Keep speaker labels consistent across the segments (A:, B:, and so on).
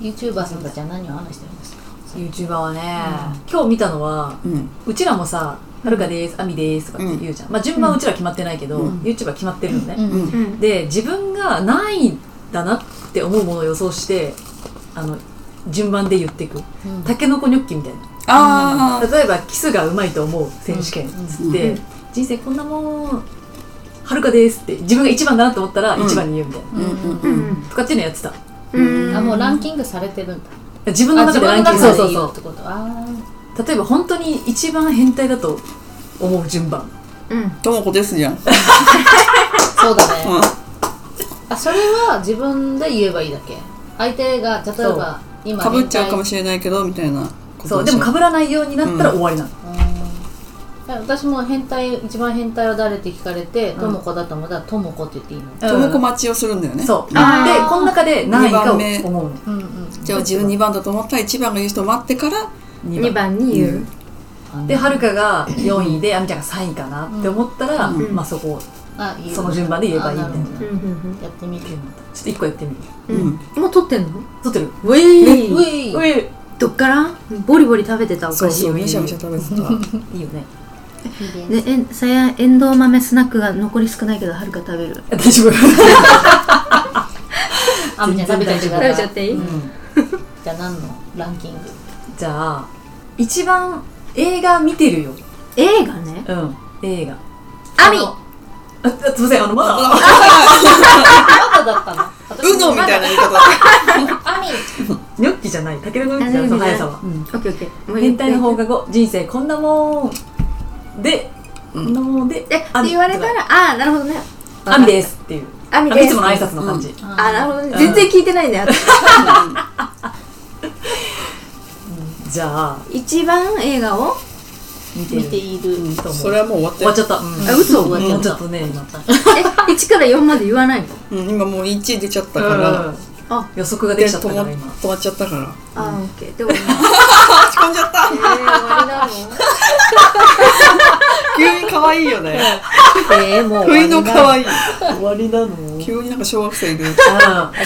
A: YouTuber さんたちは何を話してるんですか
B: YouTuber はね、今日見たのは
C: うん
B: うちらもさ「はるかです」「あみです」とかって言うじゃん、まあ順番はうちら決まってないけど、
C: うん
B: YouTuber 決まってるのね、
A: うん
D: うんうん
B: で自分がないんだなって思うものを予想してあの順番で言っていくたけのこニョッキみたいな
C: ああ
B: 例えばキスがうまいと思う選手権
A: うん
B: つって、人生こんなもんはるかですって自分が一番だなと思ったら一番に言うみたいな、
C: うんうん
D: う
C: うんん
B: とかっていうのやってた
D: うん
A: あもうラン
D: キ
A: キングされてるんだ
B: 自分の
A: あ自
B: 中で
A: 分
B: ラ
A: の
B: ンキング
A: 中
B: そう
A: で言
B: そ
A: う
B: う
A: ってことあ
B: そう例えば本当に一番変態だと思う順番
D: うん
C: ともこですじゃん、うん、
A: あそうだねあそれは自分で言えばいいだけ相手が例えば今
C: かぶっちゃうかも
A: し
C: しれないけどみたいなこと
B: そうでも
C: か
B: 被らないようになったら終わりなの、
A: れない私も変態一番変態は誰って聞かれて「ともこだと思ったら「ともこ」って言っていいの
C: ともこ
B: も
C: 待ちをするんだよね
B: そうで
D: あー
B: この中で何位かを
C: 二番目
B: 思うの
A: うんうん
C: じゃあ自分2番だと思ったら1番が言う人を待ってから
B: 二
D: 2番に言う
B: ではるかが4位であみちゃんが3位かなって思ったら、
C: うん
B: まあそこをちょ
A: あ言う
B: その順番で言えばいいみたい
A: あ
B: な
A: るほ
D: う
A: ど
D: んうん
A: やってみる
B: っと1個やってみる
D: うん
C: うん
D: 今撮ってんの
B: 撮ってる
D: ウェ
A: うえいう
B: え
D: どっからボリボリ食べてたお
C: そ
D: 菓
C: う
D: 子
C: そう
D: を
C: めしゃめしゃ食べてた
B: いいよね
D: ねえさやえんどう豆スナックが残り少ないけどはるか食べる
B: 大丈夫
A: あみちゃん食べたりし
D: 食べちゃっていい、
A: じゃあ何のランキング
B: じゃあ一番映画見てるよ
D: 映画ね
B: うん映画
D: あみ
A: あ
B: ああすいませんあのまだ
A: あなただったの
C: うのみたいな言い方
A: あみ
B: ニョッキじゃないタケルのニョッキじゃないその速さは、
D: オッケーオッケーもう
B: 変態の放課後人生こんなもんで、こんなもんで
D: えって言われたらああーなるほどね
B: あみですっていう
D: あみ
B: あ
D: で
B: い
D: す
B: つもの挨拶の感じ、
D: あーなるほどね全然聞いてないんだよ私
B: じゃあ
D: 一番映画を
B: 見てる
A: 見ている
B: と思う
C: それはもう終わって
B: 終わっちゃった、うん
D: あ嘘
A: 終
B: も
A: わ
B: う
A: っ
B: ち
A: ち
B: ょ
A: ゃっ
B: っとね今
D: え1から4まで言わないの
C: うん、今もう1位出ちゃったから、
D: あ
B: 予測がで
C: で
B: きちゃった
C: 止
B: か
C: ま
B: ら今
C: 止まっちゃったから
D: あーオッケーでもま
C: あ落ち込んじゃった
D: あえー終わりだろう
C: 急に可愛いよね
A: たえー、もう
C: 不意の可
A: い
C: 愛い
B: 終わりなの
C: 急になんか小学生で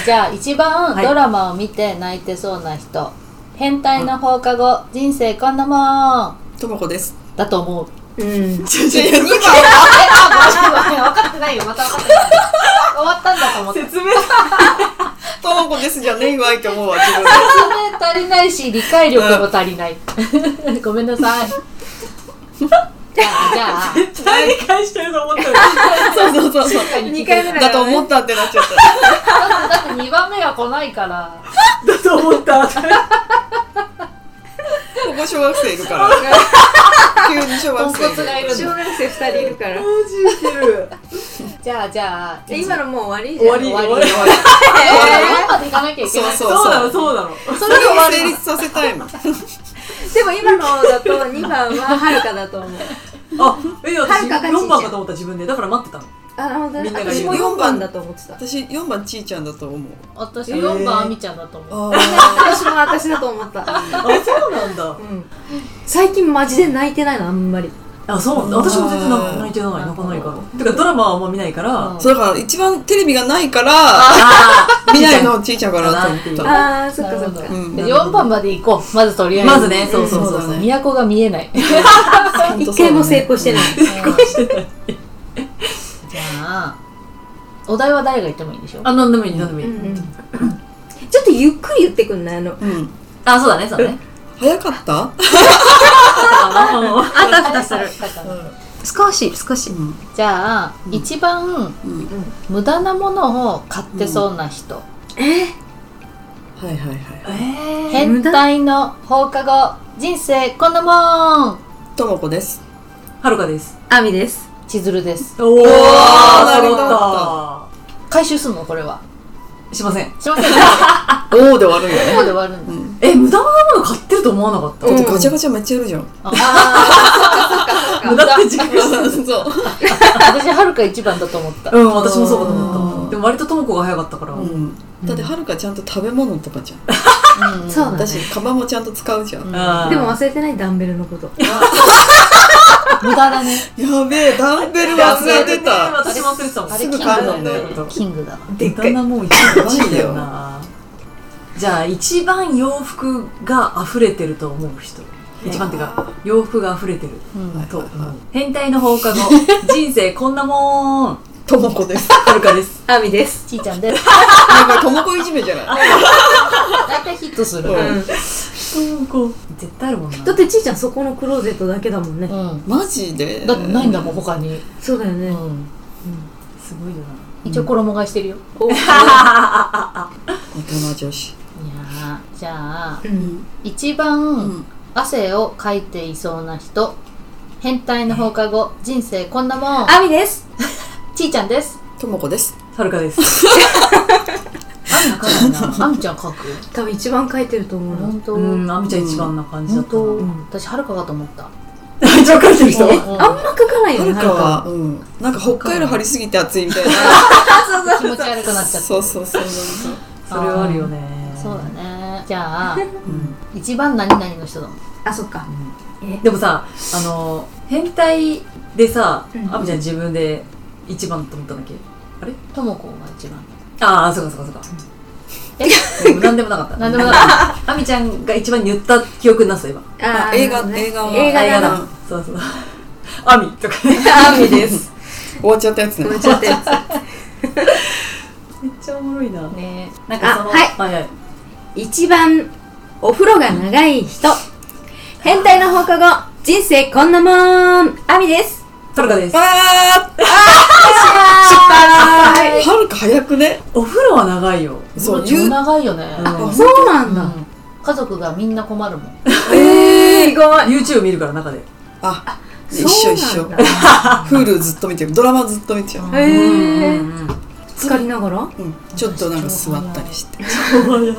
A: じゃあ一番
B: はい
A: ドラマを見て泣いてそうな人、変態の放課後人生こんなもん
C: 「ともこです
A: だと思う
D: うん」
C: ちょちょ2番
A: 分かってないよまた分かってない終わったんだと思って
B: 説明
C: 「ともこです」じゃねえわいって思うわ自分で
A: 説明足りないし理解力も足りない ごめんなさいじゃ あじゃ
B: 理解してると思ったよ
C: そうそうそうそう
A: あ
D: 二回目
C: だと思ったってなっ ちゃった
A: だって2番目が来ないから
B: だと思った
C: ここ小学生いるから急に小
A: ポン
C: 学
A: コ
C: 生
A: ツがいるんだ
D: 小学生2人いるから
A: じゃあじゃあ
D: 今のもう終わりじ
B: 終
D: ゃ
B: わ
D: ん
B: り
A: 終
B: 終
A: わり
B: わり
A: 4まで行かなきゃいけ
C: そ
A: な
C: う
A: い
C: そうそう
B: そうなの
C: それを成立させたいの
D: でも今のだと2番ははるかだと思う
B: あえ
D: は
B: 私
D: るかが
B: 4番かと思った自分でだから待ってたの
D: あなるほど
B: み
D: ね
B: んなが言う
D: 私も4番だと思ってた
C: 私4番ちーちゃんだと思う
A: 私4番あみちゃんだと思う
C: あ
D: 私も私だと思った
B: あそうなんだ
D: うん最近マジで泣いてないのあんまり
B: あそう私も全然なんか泣いてない泣かないからてかドラマはあんま見ないから
A: うん
C: そうだから一番テレビがないから
B: あ
C: 見ないのちーちゃんかなと思った
D: ああそっ
A: な
D: か
A: る
D: そ
A: ほ
D: っ
A: ど
D: か
C: うん
A: 4番まで行こうまずとりあえず
B: まずねそうそうそう
C: そうだね
A: 都が見えないじ
D: 一回も成功してない
A: ゃあお題は誰が言ってもいいんでしょ
B: あ何でもいい何でもいい、
D: うんうんちょっとゆっくり言ってくんないあの
C: うん
B: あそうだねそうだね
C: 早かった
B: あ
D: あたふたする
A: る
D: 少し少し
C: うん
A: じゃあ一番
C: うん
A: 無駄なものを買ってそうな人
C: はいはいは
B: えー
A: 変態の放課後人生こんなもん
C: いともこです
B: はるかです
D: あみです
A: 千鶴です
B: おお
C: なるほど
A: 回収するのこれは
B: しません
A: しませんこ
C: おおで悪いよ
A: こ
C: ね
A: で終わるんだ
C: うん
B: え無駄なもの買ってると思わなかった
C: だってガチャガチャめっちゃいるじゃん
B: 無駄って自覚して
C: そう そう
A: 私はるか一番だと思った
B: うん私もそうかと思っ
C: うん
B: たでも割とともこが早かったから、
C: うんだってはるかちゃんと食べ物とかじゃん
D: そうだね
C: 私カバンもちゃんと使うじゃん
B: あー
D: でも忘れてないダンベルの こと
A: 無駄だね
C: やべえダンベル忘れ
B: ね
C: てた
B: 私も忘れてたもん
A: あれキ
C: す
A: ン
C: ぐ
A: グ
C: 買う
A: だ
C: の
A: ね
C: ね
A: キングだわ
B: 無駄なもん一番ないんだよなじゃあ一番洋服が溢れてると思う人一番っていうか洋服が溢れてる
A: うん
B: と思う
C: はいはいはい
B: 変態の放課後人生こんなもん
C: ともこです。
B: はるかです
E: アミです。
A: ちいちゃんです
C: なんかともこいじめじゃない。
A: 大体ヒットする
C: うん
B: 絶対あるもんな
E: だってちいちゃんそこのクローゼットだけだもんね。
A: うん
C: マジで。
A: だってないんだもん他に
E: そうだよね。
A: うん
B: すごいよな
A: 一応衣替えしてるよいや
C: 大人女子。
A: ーじゃあ
E: うん。
A: 一番
C: ん。
A: 汗をかいていそうな人変態の放課後人生こんなもん
E: アミです。
A: ちいちゃんです
C: ともこです。
B: はるかです
A: あみかないなあみちゃん書く
E: 多分一番書いてると思うの。
A: 本当
B: うんあみちゃん一番な感じだ
A: 本
B: ったな
A: 当
B: うん
A: 私はるかかと思 った
B: 一番書いてる
A: う
B: 人
A: ん
E: あんま書かないよ
C: は
E: ね。
C: るかは、
E: は
C: うん。なんか北海道張りすぎて暑いみたいな。
A: 気持ち悪くなっちゃった
C: そうそうそう。なんか
B: それはあるよね
A: そうだねじゃあ
B: うん
A: 一番何々の人だも ん
E: あ、そっか。え
B: でもさあの変態でさ
E: うん
B: あみちゃん自分で一番と思ったんだっけ
A: ともこが一番
B: ああそうかそうかそう
A: え
B: か何でもなかった
A: 何でもなかった
B: あみちゃんが一番言った記憶なそういえば
E: あ
C: あ映画
E: なるほどね
C: 映画は
E: 映画だ
C: 映画
E: な。
C: だ
B: そうそうあみとかね
E: アミです。
C: 終わっちゃったやつね
E: ご。めんちょっとやつ。
B: めっちゃおもろいな
A: ね
B: なんかその
E: あはい
B: はいはい
E: 一番お風呂が長い人変態の放課後人生こんなもんアミです
B: トルカです
C: わあー
E: は
C: はるか早くね。
B: お風呂は長いよ
C: そう、
A: 超
C: 言う。
A: 長いよね
B: うん
E: そうなんだ、
A: うん家族がみんな困るもん
C: えー。
E: すごい
B: YouTube 見るから中で
C: あ、一緒一緒。Hulu ずっと見てる。ドラマずっと見てる。
E: へえ
B: うんうんうん
E: 浸かりながら
C: うん。ちょっとなんか座ったりして。あ、そうなんだ。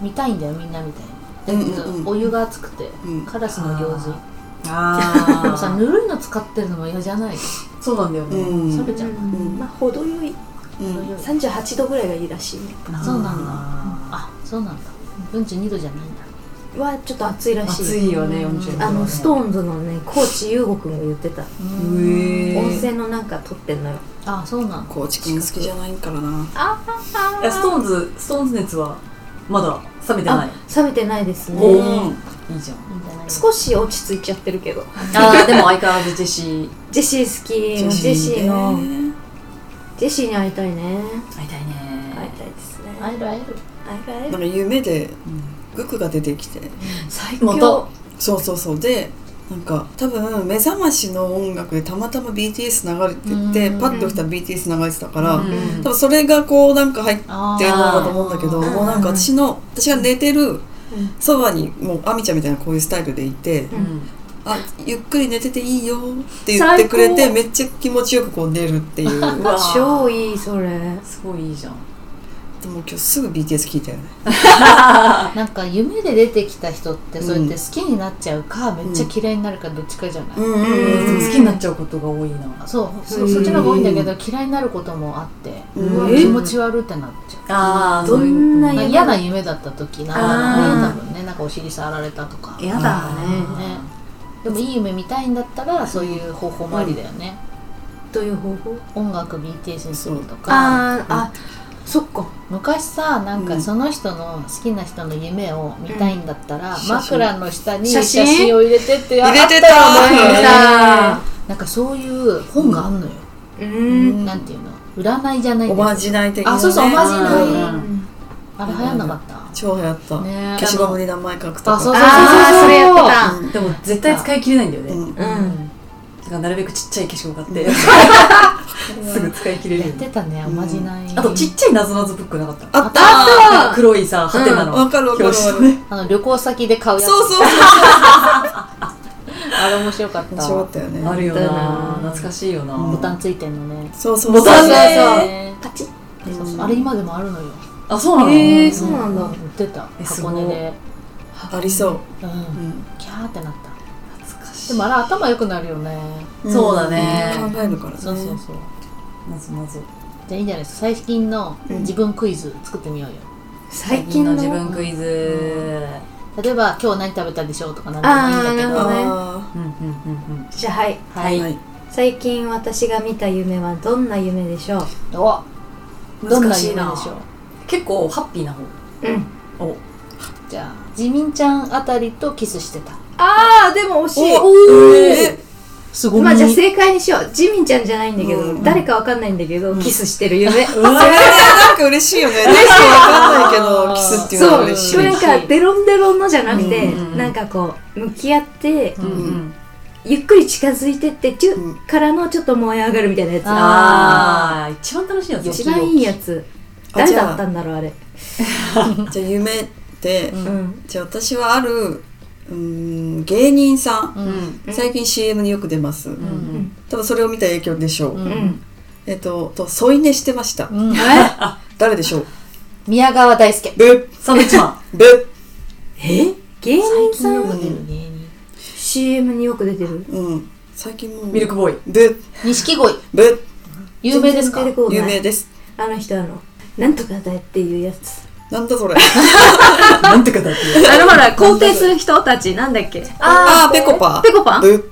A: 見たいんだよみんなみたい
C: うんうん
A: な
C: う
A: お
C: ん。
A: 湯が熱くて
C: うん
A: カラスの行水でもさ
B: あ
A: ぬるいの使ってるのも嫌じゃない
B: あそうなんだよ
C: う
B: ね
C: ん。
A: それちゃん
C: ん
D: まあ程よい
C: うん。
D: 38度ぐらいがいいらしいね
A: そうなんだ
B: だ
A: あそうなんだ42度じゃないんだ
D: はちょっと暑いらしい
B: 暑いよね40度
D: あのスト
B: ン
D: ーンズのね高知優吾くんが言ってた、
B: うえ
D: 温泉のなんか撮ってんのよ
A: あそうなんだ
C: 高知県好きじゃないからな。
B: えストーンズストーンズ熱はまだ冷めてない
D: 冷めてないですね
C: うん。
B: いいじゃん
A: いいんじゃない
D: 少し落ち着いちゃってるけど
B: ああでも相変わらずジェシー
D: ジェシー好きもうジェシーのジェシーに会いたいね
B: 会いたいね
D: 会いたいですね
A: 会える会える
D: 会いたい
C: なんか夢でグクが出てきて
D: 最
B: また
D: 強
C: そうそうそうでなんか多分目覚ましの音楽でたまたま BTS 流れて
A: う
C: て
A: ん
C: パッと起きたら BTS 流れてたから、
B: うん
D: ん
C: 多分それがこうなんか入ってる
A: あ
C: ん
A: ー
C: だと思うんだけどもうなんか私の私が寝てる
D: うん
C: そばにもうアミちゃんみたいなこういうスタイルでいて
D: う
B: うんん
C: 「あゆっくり寝てていいよ」って言ってくれ
D: 最
C: て
D: 高
C: めっちゃ気持ちよくこう寝るっていう でも
B: うわー
D: 超いいそれ
B: すごいいいじゃん
C: 今日すぐ BTS 聞いたよね
A: なんか夢で出てきた人ってそうやって好きになっちゃうか、めっちゃ嫌いになるかどっちかじゃない、
C: んう
B: でも好きになっちゃうことが多いな
A: そうそ
D: うん
A: そっちの方が多いんだけど嫌いになることもあって、
C: うん
A: うわ気持ち悪ってなっちゃう
B: ああ
D: どんな
A: なんか
D: 夢
A: 嫌な夢だった時なんだ
D: あ
A: ろうね多分ねなんかお尻触られたとか
D: やだね
A: ねでもいい夢見たいんだったらそういう方法もありだよね、
D: どういう方法
A: 音楽 BTS にするとか
D: あーあそっか
A: 昔さなん
C: う
A: か
C: ん
A: その人の好きな人の夢を見たいんだったら、
C: うん
A: 枕の下に写
D: 写真
A: 真を入れてって
C: 入れてた
A: あったよね
D: さあ
A: なんかそういう本があんのよ、
D: う
C: うん
D: ん
A: なんていうの占いじゃない
C: お
A: んだ
C: ま
A: けど
C: じない的な、ね、
A: あそうそうおまじない
B: うん
A: あれ流行んなかった
C: 超流行っ
A: ね
C: た、
A: え
C: 消しゴムに名前書くとか
A: あそうそう
D: あーそれやってた
C: うん
B: でも絶対使い切れないんだよね、
C: うん
A: う
D: う
A: んん
B: だからなるべくちっちゃい消しゴム買って、 すぐ使い切れる
A: や
B: よ
A: っ
B: うに
A: てたねおまじない、
B: あとちっちゃいなぞなぞブックなかった
C: あった
B: 黒いさハテナの
C: わかるわかるわ
B: 表
C: か
B: 紙の
C: る
B: ね
A: あの旅行先で買うやつ
C: そうそうそう
A: あれ面白かった
C: 面白かったよね
B: あるよ
D: あった
B: な
D: な
B: 懐かしいよな、
C: うん
A: ボタンついてんのね
C: そうそう
B: ボタンね
A: ね
D: カチッ
A: そうそうあれ今でもあるのよ
B: あそうなの、
D: へえそうなんだ
A: 売ってた
B: えす
A: 箱
B: ごい
A: 根で
C: ありそう、
A: うんキャーってなった
B: 懐かしい
A: でもあれ頭良くなるよね
C: うん
B: そうだね
C: 考えるからね
A: そうそうそう
B: なぞなぞ
A: じゃあいいんじゃないですか最近の自分クイズ作ってみようよ、
D: 最近の
B: 自分クイズ
A: 例えば今日何食べたでしょうとか何でもいいんだけ
D: あー
A: ど
D: なるほどね
C: あ
B: うんうんうんうん
D: じゃあはい
B: は
C: ー
B: い、
C: はい
D: 最近私が見た夢はどんな夢でしょう
A: おどんな夢でしょう
D: 難
B: 結構ハッピーな方
D: うん
B: お
A: じゃあジミンちゃんあたりとキスしてた
E: あーでも惜しい
B: えーすごい、
D: まあじゃあ正解にしようジミンちゃんじゃないんだけど、誰かわかんないんだけど、キスしてる夢、
C: それなんか嬉しいよね。嬉しい。わかんないけど、キスっていうの
D: そ
C: は
D: う、
C: 嬉しい。
D: それなんかデロンデロンのじゃなくて、なんかこう向き合って、
B: うんうん、
D: ゆっくり近づいてってチュッ
C: うん
D: からのちょっと燃え上がるみたいなやつ、
B: ああ一番楽しいやつ
D: 一番いいやつ
C: あ
D: 誰だったんだろうあれ
C: じゃあ夢って、
D: うん
C: じゃあ私はある、うーん、芸人さん。
A: うん
C: 最近 CM によく出ます。
A: うん
C: 多分それを見た影響でしょう。
A: う
D: うんん
C: えっと、と、添い寝してました。
A: うん
C: 誰でしょう
A: 宮川大輔
C: ブ
B: サンドイッチマン
C: ッブ
B: え
D: 芸人さん
A: よく出る芸人
D: CM によく出てる
C: ッうん。最近もう、
B: ミルクボーイ
C: ブッ
A: 錦鯉
C: ブッ
A: 有名ですか
D: 全然出てこない
C: 有名です。
D: あの人あのなんとかだっていうやつ
C: なんだそれ。
B: なんて方っていう
E: あのほら肯定する人たちなんだっけ
C: あー、ペコパ。
D: ぺこぱん
C: ブ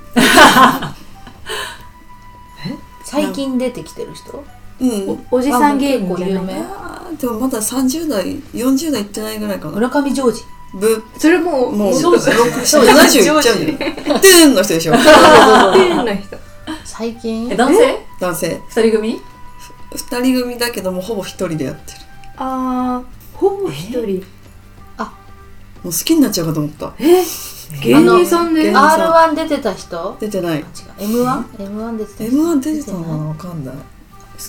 A: 最近出てきてる人
C: ッうん。
D: おじさん芸人
A: あ
D: じ
A: 結構有
D: ゃない
A: 名
C: あーでもまだ30代、40代いってないぐらいかな。
A: 村上ジョージ
C: ブッ
D: それもう
C: もう、
D: そう
C: そう70いっちゃうんだよ。トゥーンの人でしょ。
D: 天の人
A: 最
B: え
A: 近
B: 男性
C: 男性。
B: 二人組
C: 二人組だけども、ほぼ一人でやってる。
D: あーほぼ一人
C: もう好きになっちゃうかと思った。
D: 芸人さんで
C: 芸人さ
A: R1
C: ん
A: 出てた人
C: 出てない。
A: 違う M1?M1 出てた人
C: M1 出てたのかなわかんない。
D: 好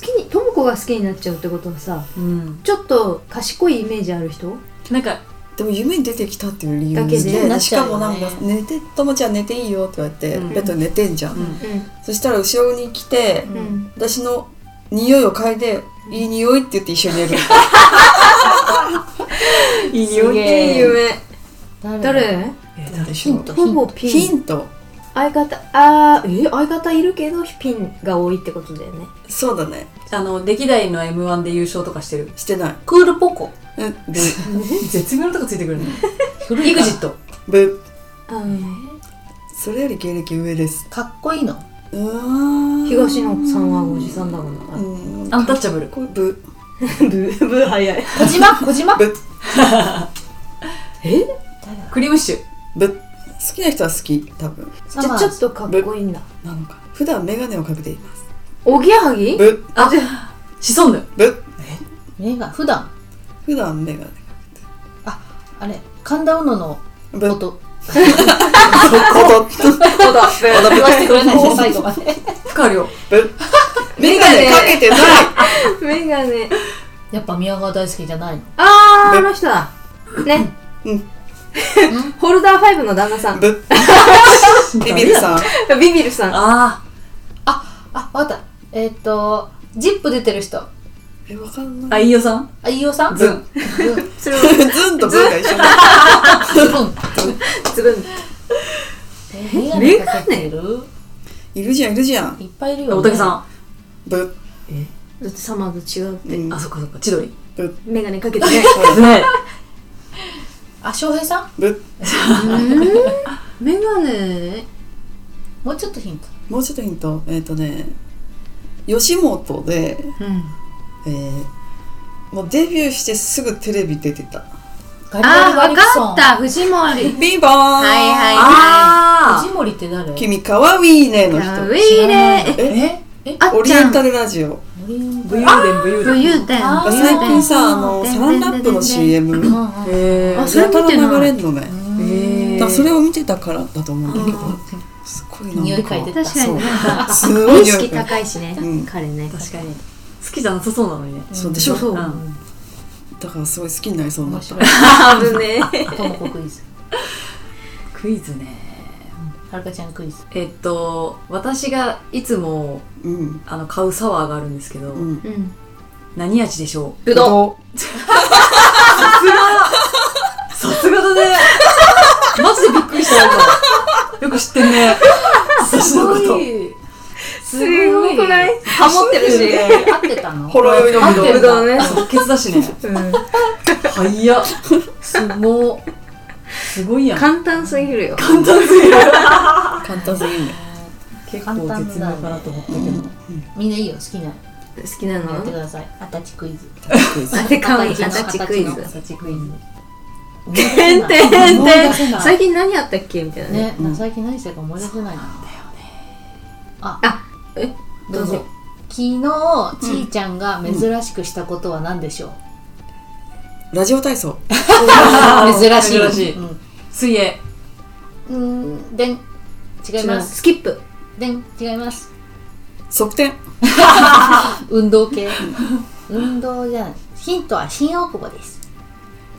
D: きにともこが好きになっちゃうってことはさ
B: うん
D: ちょっと賢いイメージある人
B: なんか
C: でも夢に出てきたっていう理由
D: だけで
C: で
A: なっ
C: し
A: ちゃ
C: か
A: う
C: も
A: よ
C: なん
A: ね
C: か寝て「友ちゃん寝ていいよ」って言われて、
B: うん
C: ベッドで寝てんじゃん、
B: うん
C: そしたら後ろに来て、
D: うん、
C: 私の匂いを嗅いで「いい匂い」って言って一緒に寝る
B: いい匂い
A: え
D: いい夢
A: 誰
D: 誰
C: なんでし
A: ヒ
C: ょ
A: ン
C: う
A: ト
D: ほぼピン
C: ヒント
D: 相方あーえ相方いるけどピンが多いってことだよね
C: そうだね
B: あの歴代の m 1で優勝とかしてる
C: してない
A: クールポコ
C: うんブ
B: 絶妙なとこついてくるね
A: 古いな
B: EXIT
C: ブ
D: うん
C: それより芸歴上です
A: かっこいいの
C: うわー
D: 東野さんはおじさんだもんな
C: うん
B: アンタッチャブル
C: これブ
D: ブブ早い
A: 小島 小島
C: ブ
B: クリームシチュー
C: ブ好きな人は好き多分
A: サ
D: じゃ
A: マ
D: あちょ
A: ー
D: っとかっこいいんだ
C: なのか普段メガネをかけています
D: おぎやはぎ
C: ブ
B: あシソンヌ
C: ブ
A: 目が普段
C: 普段メガネ
A: あれ神田うのの
C: ブ
A: 音
C: 音
D: そうだ
A: 言わせてくれないですよ最後まで
B: 不可量
C: ブメガネかけてない
D: メガネ
A: やっぱ宮川大好きじゃないの
D: あーあの人だね
C: うん
D: ホルダー5の旦那さん
C: ブビビるさん
D: ビビるさん
B: あ
A: あわかったえっとジップ出てる人
C: え、わかん
B: ー
C: ない。
B: あ飯尾さん
A: あ飯尾さん
B: ズン
A: ズンズン
C: ずんとずんが一緒だ。
D: つぶん
A: え眼鏡かけてる
C: いるじゃん、いるじゃん。
A: いっぱいいるよね
B: 大竹さん
C: ぶ、
D: だってサマーと違う
C: うん、
B: あそっかそっか千鳥
C: ぶ、
D: メガネかけてね
B: ね
A: あ翔平さん
C: ぶ。
D: メガネ
A: もうちょっとヒント
C: もうちょっとヒント。えっ、とね、吉本で、えー、もうデビューしてすぐテレビ出てた。
A: ガリガ
E: あ
A: リ
E: ー
A: ガ
E: わ
A: リクソ
E: か
A: ン
E: った藤森
C: ピンポーン
E: はいはい
B: あ
A: 藤森って誰
C: 君かわいいねの
E: ウ
C: 人。
E: ィーレー
A: ええ
E: あ
C: オ
E: っ
C: リ
E: ち
C: エ
E: ゃん
C: ンタルラジオ。
A: 森うん
B: 武勇伝武勇
E: 武
B: 伝
E: 勇伝
A: あー
C: 最近さ、あ
E: う
C: の、
E: ん
C: サランラップの CM、
A: うん
B: へ
E: あそれ
C: や
E: 見
C: たら
E: てない
C: 流れんのね。
B: え
C: だからそれを見てたからだと思うんだけど、すごいなんか。
A: 匂い嗅いでた
E: 確かになんか
C: すごい
E: 意
C: 匂い嗅
E: 識
C: いでた。
E: 高いしね
C: うん
E: 彼ね
B: 確かに好きじゃなさそうなのにね
C: そうでしょ
E: そう
B: うん
C: だからすごい好きになりそうにな
A: 面
C: った
A: 白い
D: あぶね
A: ともこクイズ
B: クイズね
A: はるかちゃんクイズ
B: えっと私がいつも
C: うん
B: あの買うサワーがあるんですけど
C: うん
E: うん
B: 何味でしょ
D: ぶどう
B: うさすがだね マジでびっくりした今よく知ってんね私のこと
A: す
D: すごくないいハモってるし
A: 合ってたの
C: ほろ酔いのぶどう
A: 合って
D: ぶ
A: る
D: どうね
B: 即決だしね早っすごすごいやん
D: 簡単すぎるよ
C: 簡単すぎるね
B: 結構絶妙かなと思ったけど
A: みんないいよ好きな
D: 好きな
A: やってく
D: の
A: ださいアタチクイズ
D: あてかわいい
A: ア
D: ア
A: タ
D: タ
A: チ
D: チ
A: ク
D: ク
A: イ
D: イ
A: ズ
D: ズ
A: アタチクイズ
D: てんてんて
A: 思い出せなんい
D: 最近何やったっけみたいなね
A: ね、最近何してるか思い出せないなんだよねあ
D: あえ
A: どうぞ昨日ちーちゃんが珍しくしたことは何でしょう、
C: ラジオ体操
A: 珍しい
B: 珍しい
A: うん
B: 水泳
A: うんでん違います
D: スキップ
A: でん違います
C: 側転
A: 運動 系運動じゃないヒントは新大久保です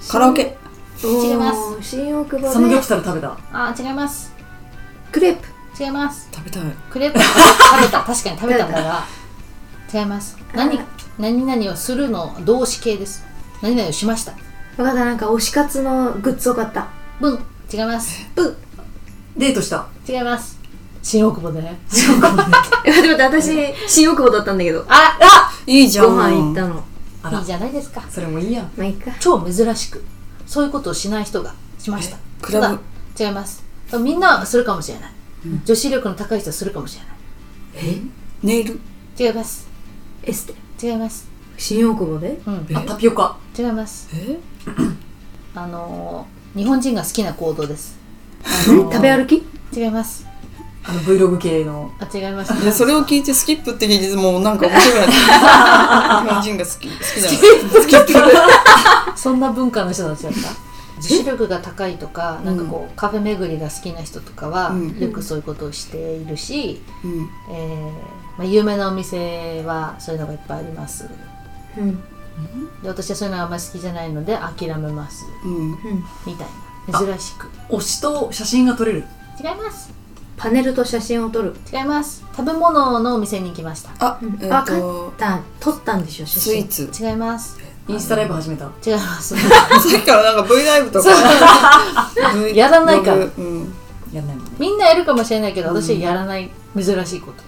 C: カラオケ
A: 違います
D: おー新大久
B: サム
D: 保
B: ギョ
D: で
B: プサル食べた
A: あ違います
D: クレープ
A: 違います
C: 食べたい
A: クレープ食べた確かに食べたんだが違います何何々をするの動詞形です何々をしました
D: 分かったなんか推し活のグッズを買った
A: 文違います
B: デートした
A: 違います新大久保でね
D: え待って待って私新大久保だったんだけど
A: あ
C: いいじゃん
D: ご飯行ったの
B: あ
A: い
B: ら
A: いじゃないですか
B: それもいいやん
D: まあいいか
A: 超珍しくそういうことをしない人がしました
C: クラブ
A: ただ違いますみんなはするかもしれない、女子力の高い人はするかもしれ
C: ネイル
A: ない違います
D: エステ
A: 違います
D: 新大久保で
A: うん
B: あタピオカ
A: 違います
C: え
A: あのー、日本人が好きな行動です、
D: 食べ歩き
A: き違います
B: あの Vlog 系の
A: あ違います
C: で それを聞いてスキップって聞いてもうなんか面白くなってきた日本人が好き好きじゃない
A: そんな文化の人たちだった女子力が高いとかなんかこう、カフェ巡りが好きな人とかは、
C: うん
A: よくそういうことをしているし、
C: うん
A: えーまあ、有名なお店はそういうのがいっぱいあります
D: うん
A: で私はそういうのがあんまり好きじゃないので諦めます
C: うん
A: みたいな珍しく
B: 推しと写真が撮れる
A: 違います
D: パネルと写真を撮る
A: 違います食べ物のお店に行きました
C: あ、えっ、
D: あ
C: と
D: だ撮ったんでしょ写
C: スイ
D: 真
C: ーツ
A: 違います
B: インスタライブ始めた
A: 違い ます
C: さっきからなんか V ライブとか V
A: やらないから
C: ログうん
B: やんないもんね
A: みんなやるかもしれないけど私はやらない珍しいこと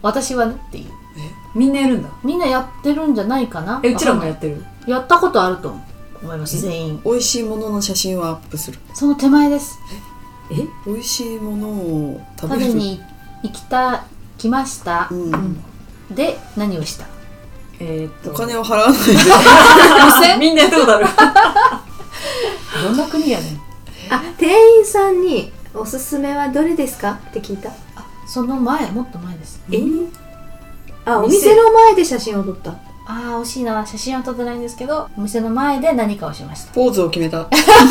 A: 私はねっていう
B: みんなやるんだ
A: みんなやってるんじゃないかな
B: えうちらもや
A: わ
B: ってる
A: かんないやったことあると思います全員
C: 美味しいものの写真をアップする
A: その手前です
C: 美味しいものを食
A: 食
C: べる
A: べに行きた来ました
C: うん
A: で何をした
B: えーっと
C: お金を払わな い
B: みんなやったことある
A: どんな国やねん
D: あ店員さんに「おすすめはどれですか?」って聞いた
A: その前もっと前です
D: えあお
B: 店
D: 店の前で写真を撮った
A: ああ惜しいな写真は撮ってないんですけどお店の前で何かをしました
C: ポーズを決めた
A: そん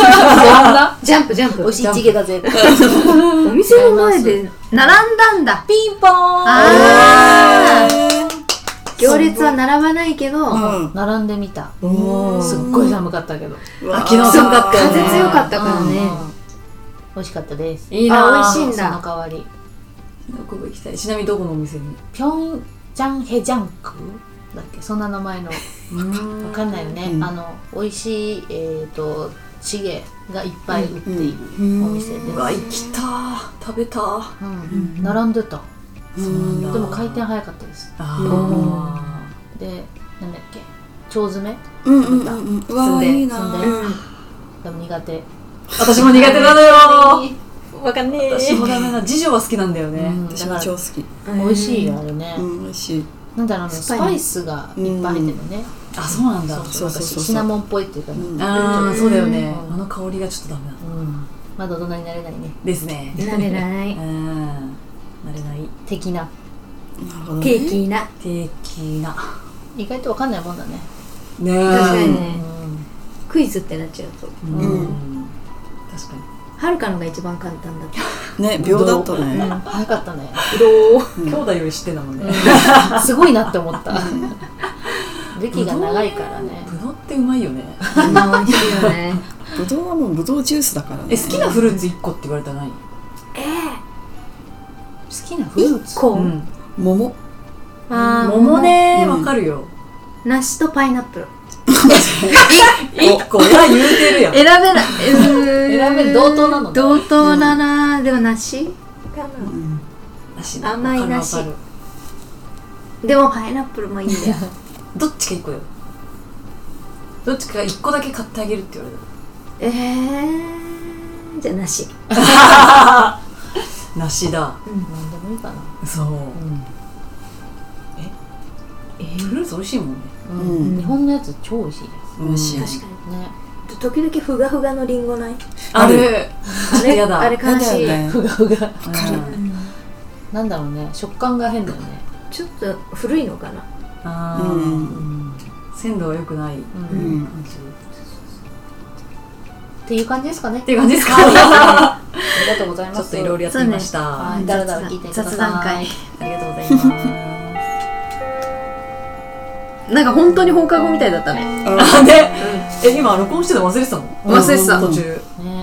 A: な
D: ジャンプジャンプ
A: 惜しいチゲだぜ
D: お店の前で並んだんだ
A: ピンポーン
D: あー行列は並ばないけど
C: うん
A: 並んでみた
B: お
A: すっ
B: ー
A: ごい寒かったけど
B: あ昨日寒かったよ
D: 風
B: ね
D: 強かったから
A: うん
D: ね
A: 美味しかったです
B: いいな
D: あ美味しいん
A: そ
D: だ
A: の代わり
B: どこ行きたいちなみにどこのお店に
A: ピョンジャンヘジャンクだっけそんな名前のわかんないよね、
C: うん
A: あの美味しいえっ、とチゲがいっぱい売っているお
C: うん
A: 店です、うん
B: うわ行きたー食べたー
A: 並んでた
B: そうなんだ
A: でも回転早かったです
B: あ
A: でなんだっけ腸詰め
C: うんうんうんうんうわ
A: そん
C: ー
A: で
C: いいな
A: そんで
C: ー
A: でも苦手
B: ー私も苦手なのよ
D: わかんね
B: 私もダメな次女は好きなんだよね、
A: うん
C: 私
A: だ
C: も
A: から
C: 超好き
A: 美味しいよあれね、
C: うん美味しい
A: なんだろうねス
D: ス
A: パ
D: パ
A: イ
D: イ
A: スがいっぱい入ってるのね、
B: あそうなんだ
A: そうそう
C: そうそうそう
A: シナモンっぽいっていうかね、
C: うん
B: ああそうだよね
A: うん
B: あの香りがちょっとダメなの
A: うんまだ大人になれないね
B: ですね
D: 慣れな
B: う
D: い
B: んなれない
A: 的な
C: なるほどね
D: 定期な
B: 的な
A: 意外とわかんないもんだね
B: ね
D: 確かに
B: え
D: ね
A: う
D: クイズってなっちゃうと
B: うん、確かに
D: はるかのが一番簡単だった
C: ね秒だった
A: ん
C: ね
A: 早かったね
B: 兄弟より知ってんだもんね、
A: すごいなって思った 歴が長いからね
B: ぶどうってうまいよね
D: あ美味しいよ ね
C: ぶどうはもうぶどうジュースだからね
B: え好きなフルーツ1個って言われたらない
A: 好きなフルー
D: 1
A: ツ
D: 個、
B: うん
C: 桃
D: あー
B: 桃ね
C: うん
B: わかるよ
D: 梨とパイナップル
B: 1個は言うてるやん
D: 選べない 選
A: 選べる同等なのね
D: 同等だな、でも梨かな
B: 梨
D: 甘い梨
B: わかるわか
D: でもパイナップルもいいん だよ
B: るどっちか1個よどっちか1個だけ買ってあげるって言われた
D: えー、じゃあ梨
B: 梨だ
A: なんでもいいかな
B: そう、ええーフルーツ美味しいもんね
A: うん日本のやつ超美味しいで
C: 美味しい
D: 確かに
A: すね
D: 時々ふがふがのリンゴない
B: あ
C: ある
B: れ
D: あれ
B: やだ
D: あれ
C: な
D: 悲
C: んだ
D: しい、
C: よね
A: ふがふが
C: わかる
A: なんだろうね食感が変だよね
D: ちょっと古いのかな
B: あ
C: う
B: ー
C: ん
A: うん
B: 鮮度は良くない感
A: うん
C: うん
B: じっ
A: っていう感じですかね
B: ていう
A: あ
B: 感じですか
A: りがとうござい
B: ち
A: ま
B: ょっ
A: す
B: といろいろやってみました、
A: はいだらだら聞いてください
E: 雑談会
B: ありがとうございます
E: なんか本当に放課後みたいだったね
C: あ
B: ね、え今録音してて忘れてたもん
E: 忘れてた
B: 途中
A: ね